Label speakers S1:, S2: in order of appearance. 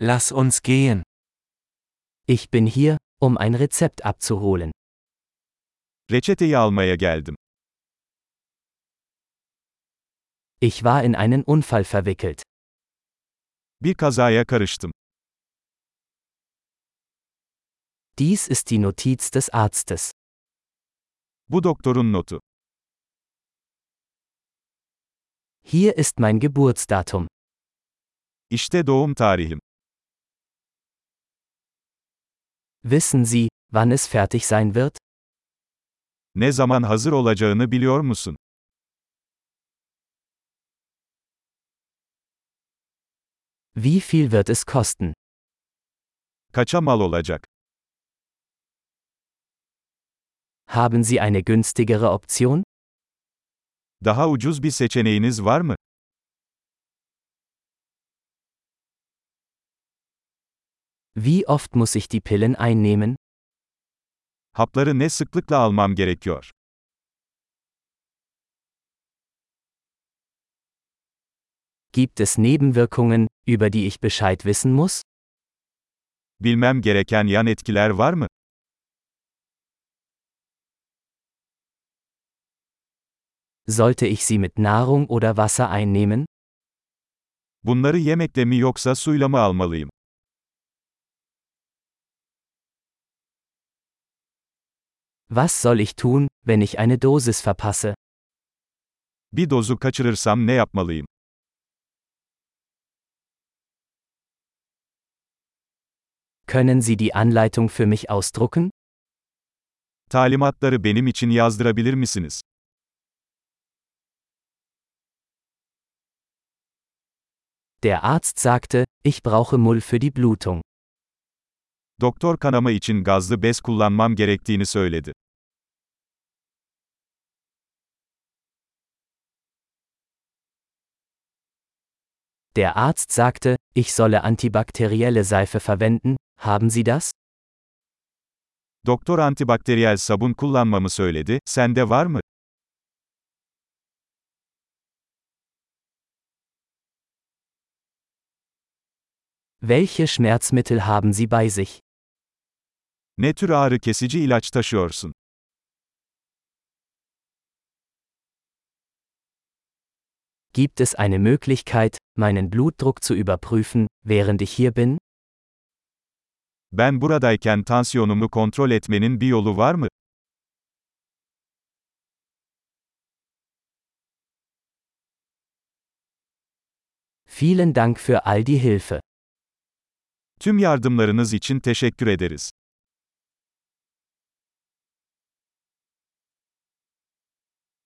S1: Lass uns gehen.
S2: Ich bin hier, um ein Rezept abzuholen.
S3: Reçeteyi almaya geldim.
S2: Ich war in einen Unfall verwickelt.
S3: Bir kazaya karıştım.
S2: Dies ist die Notiz des Arztes.
S3: Bu doktorun notu.
S2: Hier ist mein Geburtsdatum.
S3: İşte doğum tarihim.
S2: Wissen Sie, wann es fertig sein wird?
S3: Ne zaman hazır olacağını biliyor musun?
S2: Wie viel wird es kosten?
S3: Kaça mal olacak?
S2: Haben Sie eine günstigere Option?
S3: Daha ucuz bir seçeneğiniz var mı?
S2: Wie oft muss ich die Pillen einnehmen?
S3: Hapları ne sıklıkla almam gerekiyor?
S2: Gibt es Nebenwirkungen, über die ich Bescheid wissen muss?
S3: Bilmem gereken yan etkiler var mı?
S2: Sollte ich sie mit Nahrung oder Wasser einnehmen?
S3: Bunları yemekle mi yoksa suyla mı almalıyım?
S2: Was soll ich tun, wenn ich eine Dosis verpasse?
S3: Bir dozu kaçırırsam ne yapmalıyım?
S2: Können Sie die Anleitung für mich ausdrucken?
S3: Talimatları benim için yazdırabilir misiniz?
S2: Der Arzt sagte, ich brauche Mull für die Blutung.
S3: Doktor kanama için gazlı bez kullanmam gerektiğini söyledi.
S2: Der Arzt sagte, ich solle antibakterielle Seife verwenden, haben Sie das?
S3: Doktor antibakteriyel sabun kullanmamı söyledi, sende var mı?
S2: Welche Schmerzmittel haben Sie bei sich?
S3: Ne tür ağrı kesici ilaç taşıyorsun?
S2: Gibt es eine Möglichkeit, meinen Blutdruck zu überprüfen, während ich hier bin?
S3: Ben buradayken tansiyonumu kontrol etmenin bir yolu var mı?
S2: Vielen Dank für all die Hilfe.
S3: Tüm yardımlarınız için teşekkür ederiz.